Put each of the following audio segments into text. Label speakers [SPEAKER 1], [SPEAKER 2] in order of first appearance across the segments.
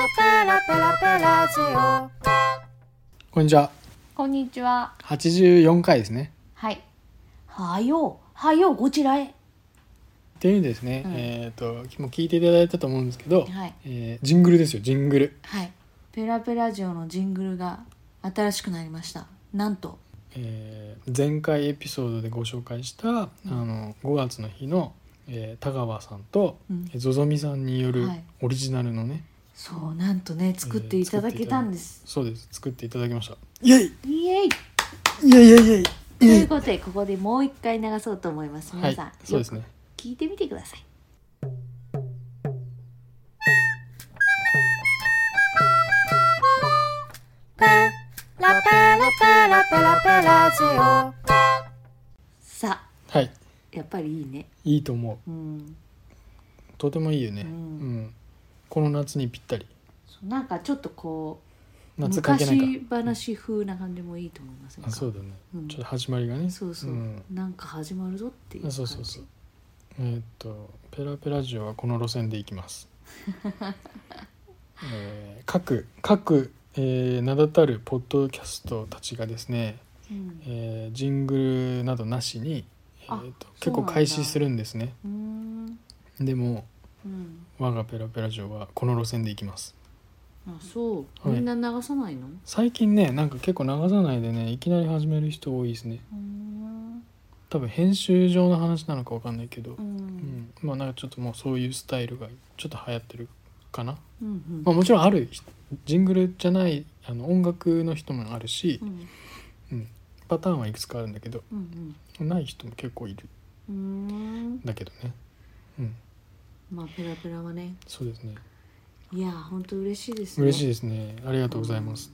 [SPEAKER 1] ペラペラジオ
[SPEAKER 2] こんにちは。
[SPEAKER 3] こんにちは。
[SPEAKER 2] 84回ですね。
[SPEAKER 3] はい。はよう、はよう、こちらへ。
[SPEAKER 2] っていう意味でですね、
[SPEAKER 3] うん
[SPEAKER 2] えっ、と、もう聞いていただいたと思うんですけど、
[SPEAKER 3] はい
[SPEAKER 2] えージングルですよ、ジングル。
[SPEAKER 3] はい。ペラペラジオのジングルが新しくなりました。なんと。
[SPEAKER 2] えー前回エピソードでご紹介した、あの5月の日の、えー田川さんと、
[SPEAKER 3] うん
[SPEAKER 2] えーゾゾミさんによる
[SPEAKER 3] はい
[SPEAKER 2] オリジナルのね、
[SPEAKER 3] そう、なんとね、作っていただけたんです。
[SPEAKER 2] そうです作っていただきましたイエイ
[SPEAKER 3] イエイ。
[SPEAKER 2] イエイイエイイエイ
[SPEAKER 3] ということで、ここでもう一回流そうと思います。
[SPEAKER 2] は
[SPEAKER 3] 皆
[SPEAKER 2] い
[SPEAKER 3] さん、
[SPEAKER 2] そうですね
[SPEAKER 3] 聞いてみてください。
[SPEAKER 1] ペラペラペラペラペラジオ
[SPEAKER 3] さあ、
[SPEAKER 2] はい
[SPEAKER 3] やっぱりいいね。
[SPEAKER 2] いいと思
[SPEAKER 3] うん。
[SPEAKER 2] うとてもいいよね、う
[SPEAKER 3] うんん
[SPEAKER 2] この夏にぴったり
[SPEAKER 3] そうなんかちょっとこう。
[SPEAKER 2] 夏関係ないか
[SPEAKER 3] 昔話風な感じもいいと思います
[SPEAKER 2] あそうだね、
[SPEAKER 3] うん
[SPEAKER 2] ちょっと始まりがね
[SPEAKER 3] そうそう、
[SPEAKER 2] ん
[SPEAKER 3] なんか始まるぞっていう感じ。
[SPEAKER 2] そうそうそうえーっとペラペラジオはこの路線でいき ます、えー各各、えー名だたるポッドキャストたちがですね、
[SPEAKER 3] うん
[SPEAKER 2] えージングルなどなしに、えーっと
[SPEAKER 3] そ
[SPEAKER 2] 結
[SPEAKER 3] う
[SPEAKER 2] 構
[SPEAKER 3] なんだ
[SPEAKER 2] 開始するんですね
[SPEAKER 3] うーん。
[SPEAKER 2] でも
[SPEAKER 3] うん。
[SPEAKER 2] 我がペラペラジオはこの路線でいきます
[SPEAKER 3] あそう、
[SPEAKER 2] はい
[SPEAKER 3] みんな流さないの
[SPEAKER 2] 最近ねなんか結構流さないでねいきなり始める人多いですね
[SPEAKER 3] うん
[SPEAKER 2] 多分編集上の話なのかわかんないけど、
[SPEAKER 3] う
[SPEAKER 2] うんんまあなんかちょっともうそういうスタイルがちょっと流行ってるかな
[SPEAKER 3] うん
[SPEAKER 2] まあ、もちろんあるジングルじゃないあの音楽の人もあるし、
[SPEAKER 3] うん
[SPEAKER 2] パターンはいくつかあるんだけど
[SPEAKER 3] うん
[SPEAKER 2] ない人も結構いる
[SPEAKER 3] うんうん
[SPEAKER 2] んだけどねうん
[SPEAKER 3] まあペラペラはね
[SPEAKER 2] そうですね
[SPEAKER 3] いやーほんと嬉しいですね
[SPEAKER 2] 嬉しい
[SPEAKER 3] い
[SPEAKER 2] ですねありがとうございます、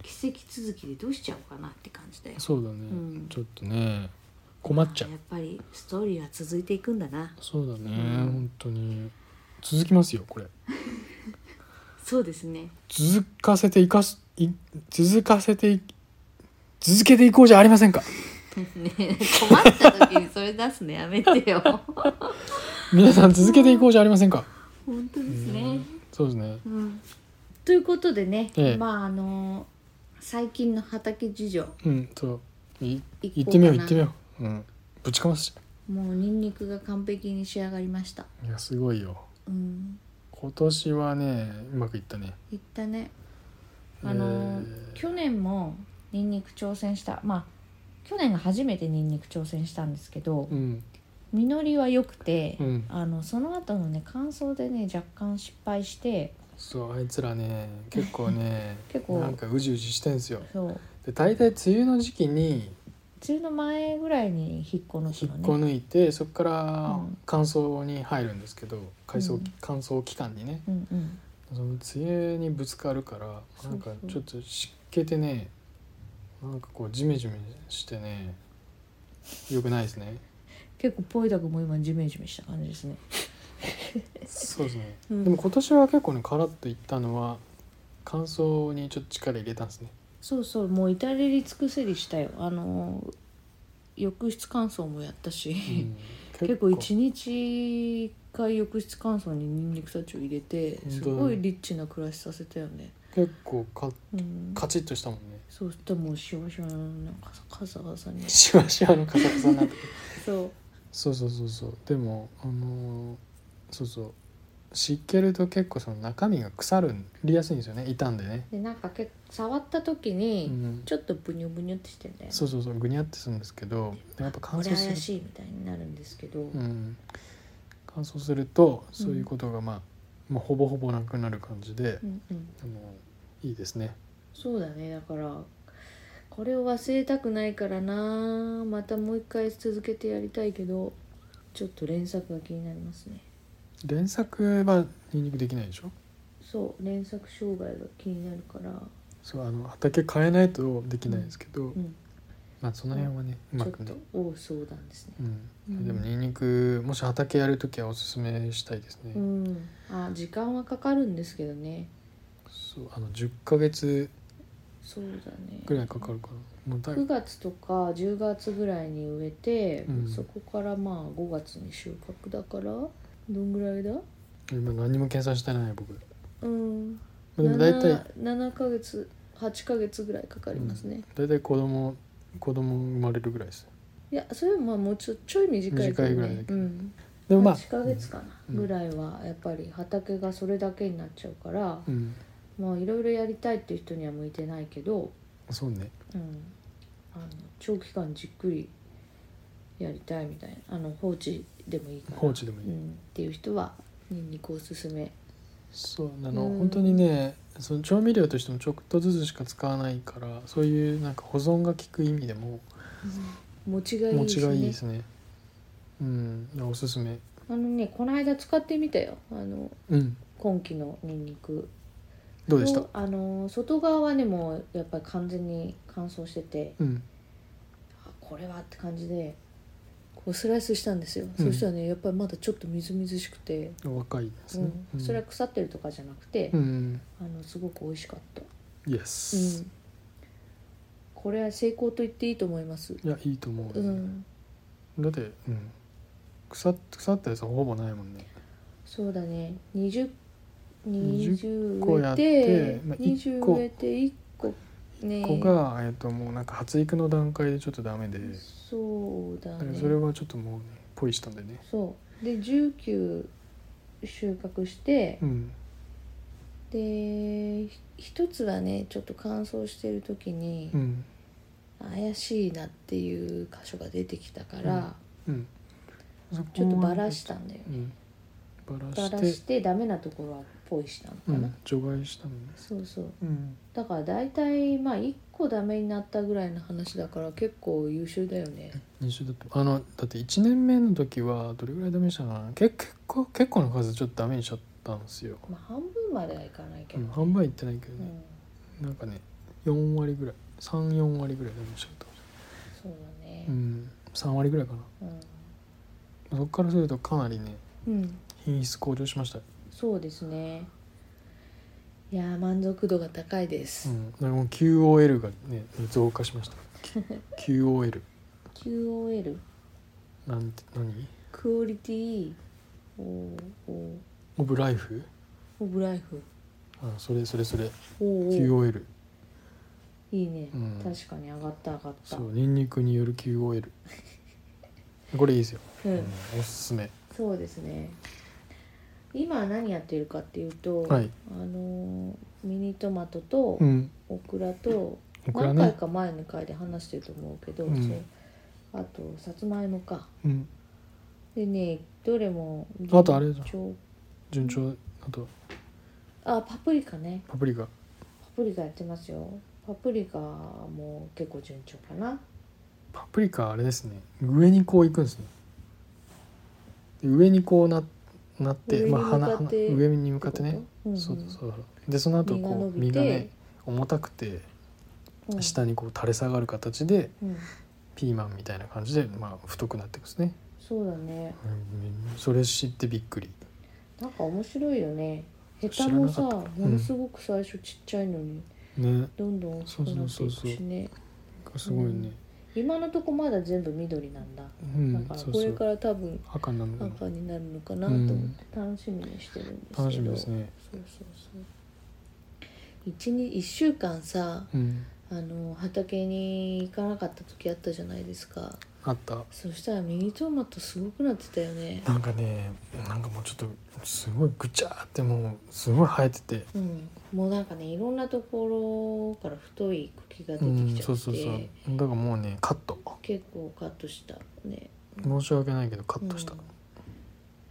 [SPEAKER 3] 奇跡続きでどうしちゃおうかなって感じだよ
[SPEAKER 2] そうだね、
[SPEAKER 3] ん
[SPEAKER 2] ちょっとね困っちゃう
[SPEAKER 3] やっぱりストーリーは続いていくんだな
[SPEAKER 2] そうだね、
[SPEAKER 3] うん
[SPEAKER 2] 本当に続きますよこれ
[SPEAKER 3] そうですね
[SPEAKER 2] 続かせていかすい続かせてい続けていこうじゃありませんか
[SPEAKER 3] ね困った時にそれ出すのやめ てよ
[SPEAKER 2] 皆さん続けていこうじゃありませんか、
[SPEAKER 3] 本当ですね
[SPEAKER 2] そうですね
[SPEAKER 3] うんということでね、
[SPEAKER 2] ええ
[SPEAKER 3] まああのー最近の畑事情
[SPEAKER 2] うんそうい
[SPEAKER 3] 行こう
[SPEAKER 2] 行ってみよう
[SPEAKER 3] か
[SPEAKER 2] 行
[SPEAKER 3] な
[SPEAKER 2] ってみよううんぶちかますし
[SPEAKER 3] もうニンニクが完璧に仕上がりました
[SPEAKER 2] いやすごいよ
[SPEAKER 3] うん
[SPEAKER 2] 今年はねうまくいったね
[SPEAKER 3] いったねあのー
[SPEAKER 2] えー
[SPEAKER 3] 去年もニンニク挑戦したまあ去年が初めてニンニク挑戦したんですけど
[SPEAKER 2] うん
[SPEAKER 3] 実りは良くて、
[SPEAKER 2] うん
[SPEAKER 3] あのその後のね乾燥でね若干失敗して
[SPEAKER 2] そうあいつらね結構ね
[SPEAKER 3] 結構
[SPEAKER 2] なんかうじうじしてんすよ
[SPEAKER 3] そう梅
[SPEAKER 2] で大体梅雨の時期に
[SPEAKER 3] 雨の前ぐらいに引っこ抜く
[SPEAKER 2] 引っこ
[SPEAKER 3] のね
[SPEAKER 2] 抜いて、そこから
[SPEAKER 3] うん
[SPEAKER 2] 乾燥に入るんですけど乾燥,、
[SPEAKER 3] うん
[SPEAKER 2] 乾燥期間にね
[SPEAKER 3] うんうん
[SPEAKER 2] その梅雨にぶつかるから
[SPEAKER 3] そう
[SPEAKER 2] なんか
[SPEAKER 3] そう
[SPEAKER 2] ちょっと湿気てねなんかこうジメジメしてねよくないですね
[SPEAKER 3] 結構ポイタ君も今ジメジメした感じですね
[SPEAKER 2] そうですね、
[SPEAKER 3] うん
[SPEAKER 2] でも今年は結構ねカラッといったのは乾燥にちょっと力入れたんですね
[SPEAKER 3] そうそうもう至れり尽くせりしたよあのー浴室乾燥もやったし、
[SPEAKER 2] うん
[SPEAKER 3] 結構一日一回浴室乾燥にニンニクたちを入れ
[SPEAKER 2] 本
[SPEAKER 3] て
[SPEAKER 2] 当だね
[SPEAKER 3] すごいリッチな暮らしさせたよね、
[SPEAKER 2] 結構か
[SPEAKER 3] うん、
[SPEAKER 2] カチッとしたもんね
[SPEAKER 3] そうするともうシワシワのなんかカサカサに
[SPEAKER 2] シワシワのカサカサになって
[SPEAKER 3] そう
[SPEAKER 2] そうそうそうそうでもあのーそうそう湿気ると結構その中身が腐るりやすいんですよね傷んでね、
[SPEAKER 3] でなんか結構触った時
[SPEAKER 2] う
[SPEAKER 3] に
[SPEAKER 2] ん、
[SPEAKER 3] ちょっとブニュブニュってしてんだよね
[SPEAKER 2] そうそうそうぐにゃってするんですけどやっぱ乾
[SPEAKER 3] こ
[SPEAKER 2] 燥
[SPEAKER 3] れ怪
[SPEAKER 2] する、
[SPEAKER 3] しいみたいになるんですけど、
[SPEAKER 2] うん、乾燥するとそういうことがまあ、もうほぼほぼなくなる感じで、
[SPEAKER 3] うんうん
[SPEAKER 2] あのいいですね
[SPEAKER 3] そうだねだからこれを忘れたくないからなまたもう一回続けてやりたいけどちょっと連作が気になりますね
[SPEAKER 2] 連作はニンニクできないでしょ
[SPEAKER 3] そう連作障害が気になるから、
[SPEAKER 2] そうあの畑変えないとできないですけど、
[SPEAKER 3] うん、
[SPEAKER 2] まあその辺はね、う
[SPEAKER 3] ち
[SPEAKER 2] ま
[SPEAKER 3] ょっ
[SPEAKER 2] くね
[SPEAKER 3] と多相談ですね
[SPEAKER 2] うん、
[SPEAKER 3] うん
[SPEAKER 2] でもニンニクもし畑やるときはおすすめしたいですね、
[SPEAKER 3] うんあ時間はかかるんですけどね
[SPEAKER 2] そうあの10ヶ月
[SPEAKER 3] そうだね
[SPEAKER 2] ぐらいかかるかなもうだい
[SPEAKER 3] 9月とか10月ぐらいに植えて、
[SPEAKER 2] うん
[SPEAKER 3] そこからまあ5月に収穫だからどんぐらいだ
[SPEAKER 2] 今何も計算してない僕
[SPEAKER 3] うん
[SPEAKER 2] でも大体
[SPEAKER 3] 7 7ヶ月8ヶ月ぐらいかかりますね、
[SPEAKER 2] 大体子供子供生まれるぐらいですよ
[SPEAKER 3] いやそれはまあもうちょちょい短いけど
[SPEAKER 2] 短いぐらいだけど
[SPEAKER 3] うん、
[SPEAKER 2] でもまあ
[SPEAKER 3] 8ヶ月かな、
[SPEAKER 2] うん
[SPEAKER 3] ぐらいはやっぱり畑がそれだけになっちゃうから、
[SPEAKER 2] うん
[SPEAKER 3] まあいろいろやりたいっていう人には向いてないけど、
[SPEAKER 2] そうね
[SPEAKER 3] うん、あの長期間じっくりやりたいみたいなあの放置でもいいから
[SPEAKER 2] 放置でもいい、
[SPEAKER 3] うん、っていう人はニンニクおすすめ
[SPEAKER 2] そうあの、
[SPEAKER 3] うん
[SPEAKER 2] 本当にねその調味料としてもちょっとずつしか使わないからそういうなんか保存が効く意味でも
[SPEAKER 3] 持ちがい
[SPEAKER 2] 持
[SPEAKER 3] い
[SPEAKER 2] ち
[SPEAKER 3] し
[SPEAKER 2] がいい
[SPEAKER 3] ね
[SPEAKER 2] ですねうんだからおすすめ
[SPEAKER 3] あのねこの間使ってみたよあの
[SPEAKER 2] うん
[SPEAKER 3] 今期のニンニク
[SPEAKER 2] どうでした
[SPEAKER 3] とあの外側はねもうやっぱり完全に乾燥してて
[SPEAKER 2] うん
[SPEAKER 3] あこれはって感じでこうスライスしたんですよ、
[SPEAKER 2] うん
[SPEAKER 3] そしたらねやっぱりまだちょっとみずみずしくて、
[SPEAKER 2] 若いです
[SPEAKER 3] う
[SPEAKER 2] ね、
[SPEAKER 3] ん、それは腐ってるとかじゃなくて、
[SPEAKER 2] うん
[SPEAKER 3] あのすごく美味しかった、
[SPEAKER 2] イエ
[SPEAKER 3] う
[SPEAKER 2] ス
[SPEAKER 3] ん、これは成功と言っていいと思います
[SPEAKER 2] いやいいと思う、
[SPEAKER 3] うん
[SPEAKER 2] だって、うん、腐っ腐ったやつはほぼないもんね
[SPEAKER 3] そうだね2020
[SPEAKER 2] 20個
[SPEAKER 3] 植
[SPEAKER 2] や
[SPEAKER 3] え
[SPEAKER 2] っててまあ
[SPEAKER 3] 20
[SPEAKER 2] 一個
[SPEAKER 3] 植えて1個ね
[SPEAKER 2] ここが、えっともうなんか発育の段階でちょっとダメで、
[SPEAKER 3] そうだ
[SPEAKER 2] だから
[SPEAKER 3] ね
[SPEAKER 2] それはちょっともうねポイしたんでね
[SPEAKER 3] そうで19収穫して
[SPEAKER 2] うん
[SPEAKER 3] でひ一つはねちょっと乾燥してる時に
[SPEAKER 2] うん
[SPEAKER 3] 怪しいなっていう箇所が出てきたから、
[SPEAKER 2] うんそこは
[SPEAKER 3] ちょっとバラしたんだよ
[SPEAKER 2] う
[SPEAKER 3] ね、
[SPEAKER 2] んバラ
[SPEAKER 3] バ
[SPEAKER 2] し
[SPEAKER 3] ラ
[SPEAKER 2] て
[SPEAKER 3] してダメなところはポイしたのか
[SPEAKER 2] う
[SPEAKER 3] な、
[SPEAKER 2] ん、除外したのね
[SPEAKER 3] そうそう
[SPEAKER 2] うん
[SPEAKER 3] だから大体まあ1個ダメになったぐらいの話だから結構優秀だよね
[SPEAKER 2] 2週だとあのだって1年目の時はどれぐらいダメにしたのかなけ結構結構の数ちょっとダメにしちゃったんですよ、
[SPEAKER 3] まあ半分まではいかないけ
[SPEAKER 2] う
[SPEAKER 3] ど、
[SPEAKER 2] ん、半分いってないけど
[SPEAKER 3] う
[SPEAKER 2] ね、
[SPEAKER 3] ん
[SPEAKER 2] なんかね4割ぐらい34割ぐらいダメにしちゃった
[SPEAKER 3] そうだね
[SPEAKER 2] うん、3割ぐらいかなそこからするとかなりね
[SPEAKER 3] うん、うん、
[SPEAKER 2] 品質向上しましたよ、
[SPEAKER 3] そうですねいやー満足度が高いで
[SPEAKER 2] う
[SPEAKER 3] す、
[SPEAKER 2] ん、だからもう QOL がね増加しました QOL
[SPEAKER 3] QOL
[SPEAKER 2] なんて何
[SPEAKER 3] クオリティオーオー
[SPEAKER 2] オブライフ
[SPEAKER 3] オブライフ
[SPEAKER 2] あそれそれそれ
[SPEAKER 3] おーおー
[SPEAKER 2] QOL
[SPEAKER 3] いいね、
[SPEAKER 2] うん
[SPEAKER 3] 確かに上がった上がっ
[SPEAKER 2] そ
[SPEAKER 3] た
[SPEAKER 2] うニンニクによる QOL これいいですよ、
[SPEAKER 3] う
[SPEAKER 2] うん
[SPEAKER 3] ん、
[SPEAKER 2] おすすめ
[SPEAKER 3] そうですね今何やってるかっていうと、
[SPEAKER 2] はい
[SPEAKER 3] あのーミニトマトと
[SPEAKER 2] うん
[SPEAKER 3] オクラと、
[SPEAKER 2] オクラ
[SPEAKER 3] 何回
[SPEAKER 2] ね
[SPEAKER 3] か前の回で話してると思うけど、
[SPEAKER 2] うん
[SPEAKER 3] そうあとさつまいもか
[SPEAKER 2] うん
[SPEAKER 3] でねどれも
[SPEAKER 2] あとあれじゃん
[SPEAKER 3] 順
[SPEAKER 2] 順
[SPEAKER 3] 調
[SPEAKER 2] 調あと
[SPEAKER 3] あパプリカね
[SPEAKER 2] パプリカ
[SPEAKER 3] パプリカやってますよパプリカも結構順調かな
[SPEAKER 2] パプリカあれですね上にこう行くんですねで上にこうななって
[SPEAKER 3] 上に
[SPEAKER 2] まあ
[SPEAKER 3] 向
[SPEAKER 2] 花
[SPEAKER 3] かっ
[SPEAKER 2] 花
[SPEAKER 3] て
[SPEAKER 2] 上に向かって
[SPEAKER 3] って
[SPEAKER 2] ね
[SPEAKER 3] こ、とうんうん、
[SPEAKER 2] そうそうそうでその後こう実が
[SPEAKER 3] 実が伸びて
[SPEAKER 2] ね重たくて
[SPEAKER 3] うん
[SPEAKER 2] 下にこう垂れ下がる形で
[SPEAKER 3] うん
[SPEAKER 2] ピーマンみたいな感じでまあ太くなっていくんですね
[SPEAKER 3] そうだね
[SPEAKER 2] うんそれ知ってびっくり
[SPEAKER 3] なんか面白いよねヘ
[SPEAKER 2] 知
[SPEAKER 3] タ
[SPEAKER 2] ら
[SPEAKER 3] も
[SPEAKER 2] なか
[SPEAKER 3] さ
[SPEAKER 2] った
[SPEAKER 3] ものすごく最初ちっちゃいのに、
[SPEAKER 2] ね
[SPEAKER 3] どんどん大きくなっていく
[SPEAKER 2] そうそうそう
[SPEAKER 3] し
[SPEAKER 2] そ
[SPEAKER 3] ね
[SPEAKER 2] すごいね
[SPEAKER 3] 今のとこまだ全部緑なんだ、
[SPEAKER 2] うん、
[SPEAKER 3] だから
[SPEAKER 2] そう
[SPEAKER 3] こ
[SPEAKER 2] そ
[SPEAKER 3] れ
[SPEAKER 2] う
[SPEAKER 3] から多分
[SPEAKER 2] 赤になるのかな
[SPEAKER 3] 赤になるのかなと思って楽しみにしてるんですけど、
[SPEAKER 2] 楽しみですね
[SPEAKER 3] そうそうそう一日一週間さ
[SPEAKER 2] うん
[SPEAKER 3] あの畑に行かなかった時あったじゃないですか
[SPEAKER 2] あった
[SPEAKER 3] そしたらミニトマトすごくなってたよね
[SPEAKER 2] なんかねなんかもうちょっとすごいぐちゃーってもうすごい生えてて
[SPEAKER 3] うんもうなんかねいろんなところから太い茎が出
[SPEAKER 2] う
[SPEAKER 3] てき
[SPEAKER 2] ん
[SPEAKER 3] ちゃって、
[SPEAKER 2] そうそうそうだからもうねカット
[SPEAKER 3] 結構カットしたね
[SPEAKER 2] 申し訳ないけどカットした、
[SPEAKER 3] うん、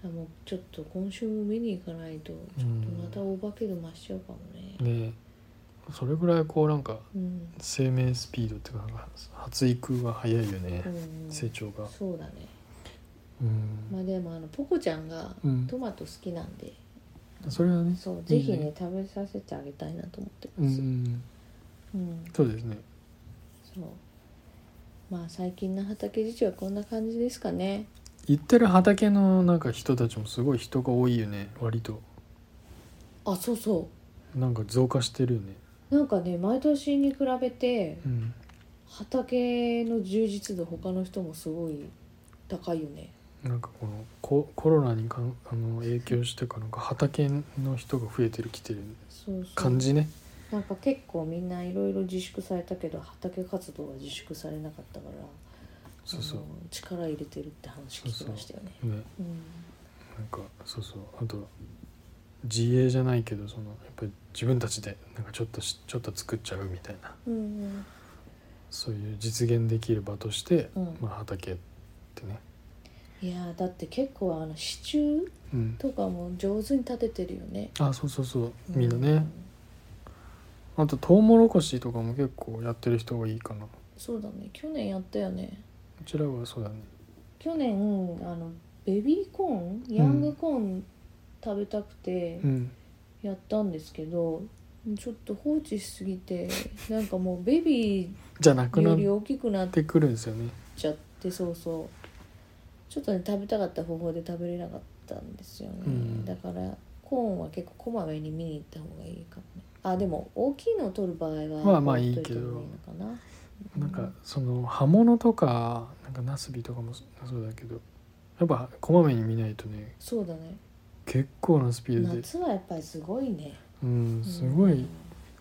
[SPEAKER 3] あもうちょっと今週も見に行かないとちょっとまたお化けが増しちゃうかもね、
[SPEAKER 2] ねそれぐらいこうなんか
[SPEAKER 3] うん
[SPEAKER 2] 生命スピードっていうかなんか発育が早いよね
[SPEAKER 3] う、ん、
[SPEAKER 2] 成長が
[SPEAKER 3] そうだね
[SPEAKER 2] うん、
[SPEAKER 3] まあでもあのポコちゃんが
[SPEAKER 2] うん
[SPEAKER 3] トマト好きなんで、
[SPEAKER 2] それはね
[SPEAKER 3] そうぜひね
[SPEAKER 2] いいね
[SPEAKER 3] 食べさせてあげたいなと思って
[SPEAKER 2] う
[SPEAKER 3] ます、
[SPEAKER 2] ん
[SPEAKER 3] うん
[SPEAKER 2] そうですね
[SPEAKER 3] そうまあ最近の畑事情はこんな感じですかね
[SPEAKER 2] 行ってる畑のなんか人たちもすごい人が多いよね割と
[SPEAKER 3] あそうそ
[SPEAKER 2] なんか増加してるよね
[SPEAKER 3] うなんかね毎年に比べて
[SPEAKER 2] うん
[SPEAKER 3] 畑の充実度他の人もすごい高いよね
[SPEAKER 2] なんかこのココロナにかんあの影響してかなんか畑の人が増えてる来てる
[SPEAKER 3] そうそう
[SPEAKER 2] 感じね
[SPEAKER 3] なんか結構みんないろいろ自粛されたけど畑活動は自粛されなかったから
[SPEAKER 2] そうそ
[SPEAKER 3] あの力入れてるって話聞きましたよね
[SPEAKER 2] うね
[SPEAKER 3] うん
[SPEAKER 2] なんかそうそうあと自営じゃないけどそのやっぱり自分たちでなんかちょっとしちょっと作っちゃうみたいな
[SPEAKER 3] うん
[SPEAKER 2] そういう実現できる場として、
[SPEAKER 3] うん
[SPEAKER 2] まあ、畑ってね、
[SPEAKER 3] うん、いやーだって結構あの支柱
[SPEAKER 2] うん、
[SPEAKER 3] とかも上手に立ててるよね
[SPEAKER 2] あそうそうそうみんなね、あとトウモロコシとかも結構やってる人がいいかなう
[SPEAKER 3] そうだね去年やったよね
[SPEAKER 2] ちらはそうだね
[SPEAKER 3] 去年あのベビーコーンヤングコーン食べたくて
[SPEAKER 2] うん
[SPEAKER 3] やったんですけど、ちょっと放置しすぎてなんかもうベビ
[SPEAKER 2] じゃなく
[SPEAKER 3] ー
[SPEAKER 2] な
[SPEAKER 3] よ
[SPEAKER 2] っ
[SPEAKER 3] り大きくなって
[SPEAKER 2] くるんですよね
[SPEAKER 3] ちゃってそうそうちょっとね食べたかった方法で食べれなかったんですよね、
[SPEAKER 2] うん
[SPEAKER 3] だからコーンは結構こまめに見に行った方がいいかもねあでも大きいのを取る場合は
[SPEAKER 2] まあまあ
[SPEAKER 3] 置
[SPEAKER 2] いい
[SPEAKER 3] と
[SPEAKER 2] けど
[SPEAKER 3] た方がいいのか
[SPEAKER 2] な
[SPEAKER 3] な
[SPEAKER 2] んかその葉物とかなんかナスビとかもそうだけどやっぱこまめに見ないとね
[SPEAKER 3] そうだね
[SPEAKER 2] 結構なスピードで、
[SPEAKER 3] 夏はやっぱりすごいね
[SPEAKER 2] うん、す
[SPEAKER 3] う
[SPEAKER 2] ごい
[SPEAKER 3] ん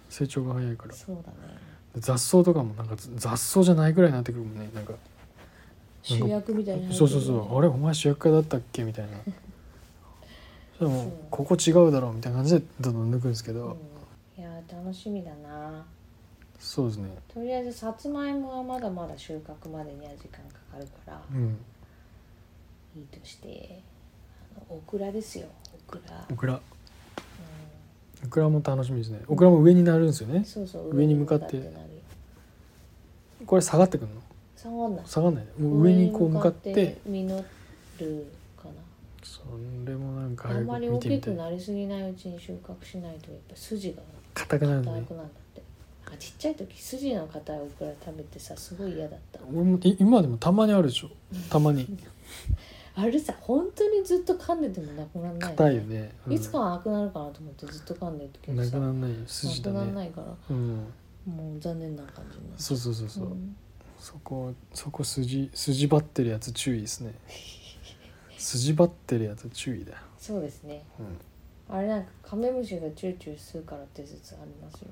[SPEAKER 2] 成長が早いから
[SPEAKER 3] そうだね
[SPEAKER 2] 雑草とかもなんか雑草じゃないぐらいになってくるもんねなんか
[SPEAKER 3] 主役みたいな
[SPEAKER 2] そうそうそうあれ
[SPEAKER 3] れ
[SPEAKER 2] お前主役家だったっけみたいなそれ
[SPEAKER 3] そ
[SPEAKER 2] も
[SPEAKER 3] う
[SPEAKER 2] うここ違うだろうみたいな感じでどんどん抜くんですけど、
[SPEAKER 3] いやー楽しみだな
[SPEAKER 2] そうですね
[SPEAKER 3] とりあえずさつまいもはまだまだ収穫までには時間かかるから
[SPEAKER 2] うん
[SPEAKER 3] いいとしてあのオクラですよオクラ、
[SPEAKER 2] オクラ
[SPEAKER 3] う
[SPEAKER 2] オクラも楽しみですねオクラも上になるんですよね
[SPEAKER 3] ん、そうそう
[SPEAKER 2] 上に向かって
[SPEAKER 3] 上になる
[SPEAKER 2] これ下がってくるの
[SPEAKER 3] 下がんない
[SPEAKER 2] 下がんないねもう上にこう向かって
[SPEAKER 3] 上に向かって実るか
[SPEAKER 2] それもなんか
[SPEAKER 3] なあん
[SPEAKER 2] 早
[SPEAKER 3] ま
[SPEAKER 2] く
[SPEAKER 3] り
[SPEAKER 2] 見
[SPEAKER 3] 大
[SPEAKER 2] てみ
[SPEAKER 3] き
[SPEAKER 2] た
[SPEAKER 3] く
[SPEAKER 2] い
[SPEAKER 3] なりすぎないうちに収穫しないとやっぱ筋が
[SPEAKER 2] 硬くなる
[SPEAKER 3] 硬く
[SPEAKER 2] の
[SPEAKER 3] なるん
[SPEAKER 2] ね
[SPEAKER 3] だってなんかちっちゃい時筋の硬いオクラ食べてさすごい嫌だった
[SPEAKER 2] 俺もい今でもたまにあるでしょたまに
[SPEAKER 3] あれさ本当にずっと噛んでてもなくならない
[SPEAKER 2] 硬いよね、うん
[SPEAKER 3] いつかはなくなるかなと思ってずっと噛んでる時
[SPEAKER 2] な
[SPEAKER 3] に
[SPEAKER 2] く
[SPEAKER 3] さ
[SPEAKER 2] な
[SPEAKER 3] な
[SPEAKER 2] らないよ筋
[SPEAKER 3] く
[SPEAKER 2] だ
[SPEAKER 3] なら
[SPEAKER 2] ね
[SPEAKER 3] ないから
[SPEAKER 2] うん
[SPEAKER 3] もう残念な感じになる
[SPEAKER 2] そうそうそうそう、
[SPEAKER 3] ん
[SPEAKER 2] そこそこ筋筋張ってるやつ注意ですね筋張ってるやつ注意だよ、
[SPEAKER 3] そうですね
[SPEAKER 2] う
[SPEAKER 3] あれなんかカメムシがチューチューするからって説ありますよ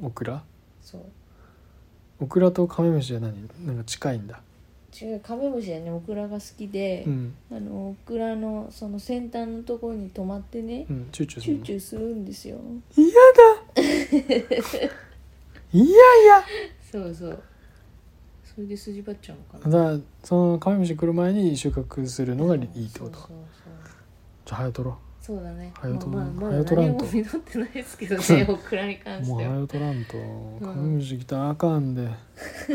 [SPEAKER 3] ね
[SPEAKER 2] ん、オクラ
[SPEAKER 3] そう
[SPEAKER 2] オクラとカメムシは何なんか近いんだ
[SPEAKER 3] 違うカメムシはねオクラが好きで、
[SPEAKER 2] うん
[SPEAKER 3] あのオクラのその先端のところに止まってね、
[SPEAKER 2] うんチューチューす
[SPEAKER 3] チ
[SPEAKER 2] る
[SPEAKER 3] ュー
[SPEAKER 2] の
[SPEAKER 3] チューするんですよ
[SPEAKER 2] いや
[SPEAKER 3] そうそうそれで筋張っちゃうのか
[SPEAKER 2] いや
[SPEAKER 3] な
[SPEAKER 2] だからそのカメムシ来る前に収穫するのがいいってこと
[SPEAKER 3] そうそう
[SPEAKER 2] じゃあ早取ろ
[SPEAKER 3] そうそうだね
[SPEAKER 2] 早取
[SPEAKER 3] ま
[SPEAKER 2] ら
[SPEAKER 3] あ
[SPEAKER 2] ん
[SPEAKER 3] まあま
[SPEAKER 2] 早
[SPEAKER 3] だ
[SPEAKER 2] 取ら
[SPEAKER 3] 何
[SPEAKER 2] んと
[SPEAKER 3] も実ってないですけどねオクラに関
[SPEAKER 2] う
[SPEAKER 3] し
[SPEAKER 2] もう
[SPEAKER 3] ては
[SPEAKER 2] 早取らんとカメムシ来たらあかんで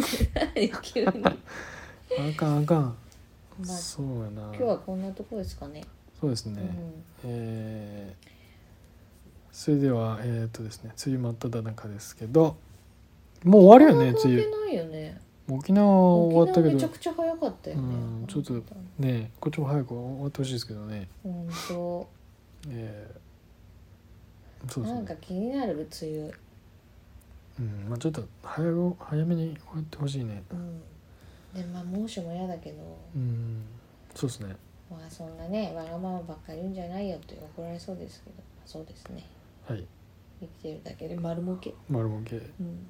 [SPEAKER 3] 急にまあ
[SPEAKER 2] あかんあかん
[SPEAKER 3] 今
[SPEAKER 2] そうやな
[SPEAKER 3] 日はこんなとこですかね
[SPEAKER 2] そうですね、
[SPEAKER 3] うん
[SPEAKER 2] えーそれではえーっとですね梅雨真っ只中ですけどもう終わるよね
[SPEAKER 3] なかな
[SPEAKER 2] 梅
[SPEAKER 3] か
[SPEAKER 2] 雨
[SPEAKER 3] 行けないよね
[SPEAKER 2] 沖縄は終わったけ
[SPEAKER 3] 沖縄めちゃ
[SPEAKER 2] ど
[SPEAKER 3] くちゃ早かったよね
[SPEAKER 2] うんちょっとねこっちも早く終わってほしいですけどね
[SPEAKER 3] 本当
[SPEAKER 2] えーそうです
[SPEAKER 3] なん
[SPEAKER 2] ね
[SPEAKER 3] か気になる梅雨、
[SPEAKER 2] うんまあちょっと早う早めに終わってほしいね
[SPEAKER 3] うん、でまあ猛暑も嫌だけど、
[SPEAKER 2] うんそうですね
[SPEAKER 3] まあそんなねわがままばっかり言うんじゃないよって怒られそうですけど、まあそうですね
[SPEAKER 2] はい
[SPEAKER 3] 生きてるだけで丸儲け、
[SPEAKER 2] 丸儲け
[SPEAKER 3] うん、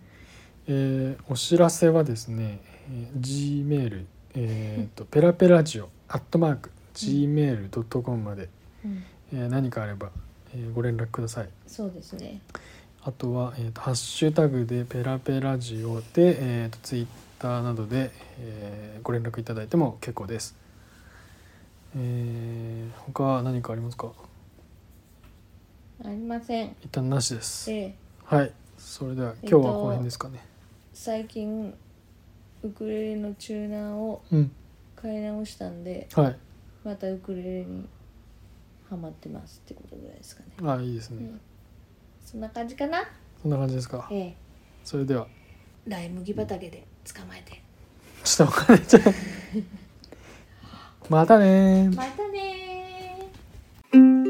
[SPEAKER 2] えーお知らせはですね、えー、G メール、えー、とペラペラジオアットマーク gmail.com まで、えー何かあれば、えーご連絡ください
[SPEAKER 3] そうですね
[SPEAKER 2] あとは、えーとハッシュタグでペラペラジオで、えー、とツイッターなどで、えーご連絡いただいても結構です、えー他は何かありますか
[SPEAKER 3] ありません
[SPEAKER 2] 一旦なしです
[SPEAKER 3] で
[SPEAKER 2] はいそれでは今日はこの辺ですかね、
[SPEAKER 3] 最近ウクレレのチューナーを買い直したんで
[SPEAKER 2] うんはい
[SPEAKER 3] またウクレレにハマってますってことぐらいですかね
[SPEAKER 2] あいいですね、
[SPEAKER 3] うんそんな感じかな
[SPEAKER 2] そんな感じですか
[SPEAKER 3] ええ
[SPEAKER 2] それでは
[SPEAKER 3] ライ麦畑で捕まえて
[SPEAKER 2] ちょっとお金ちゃう またねー
[SPEAKER 3] またねー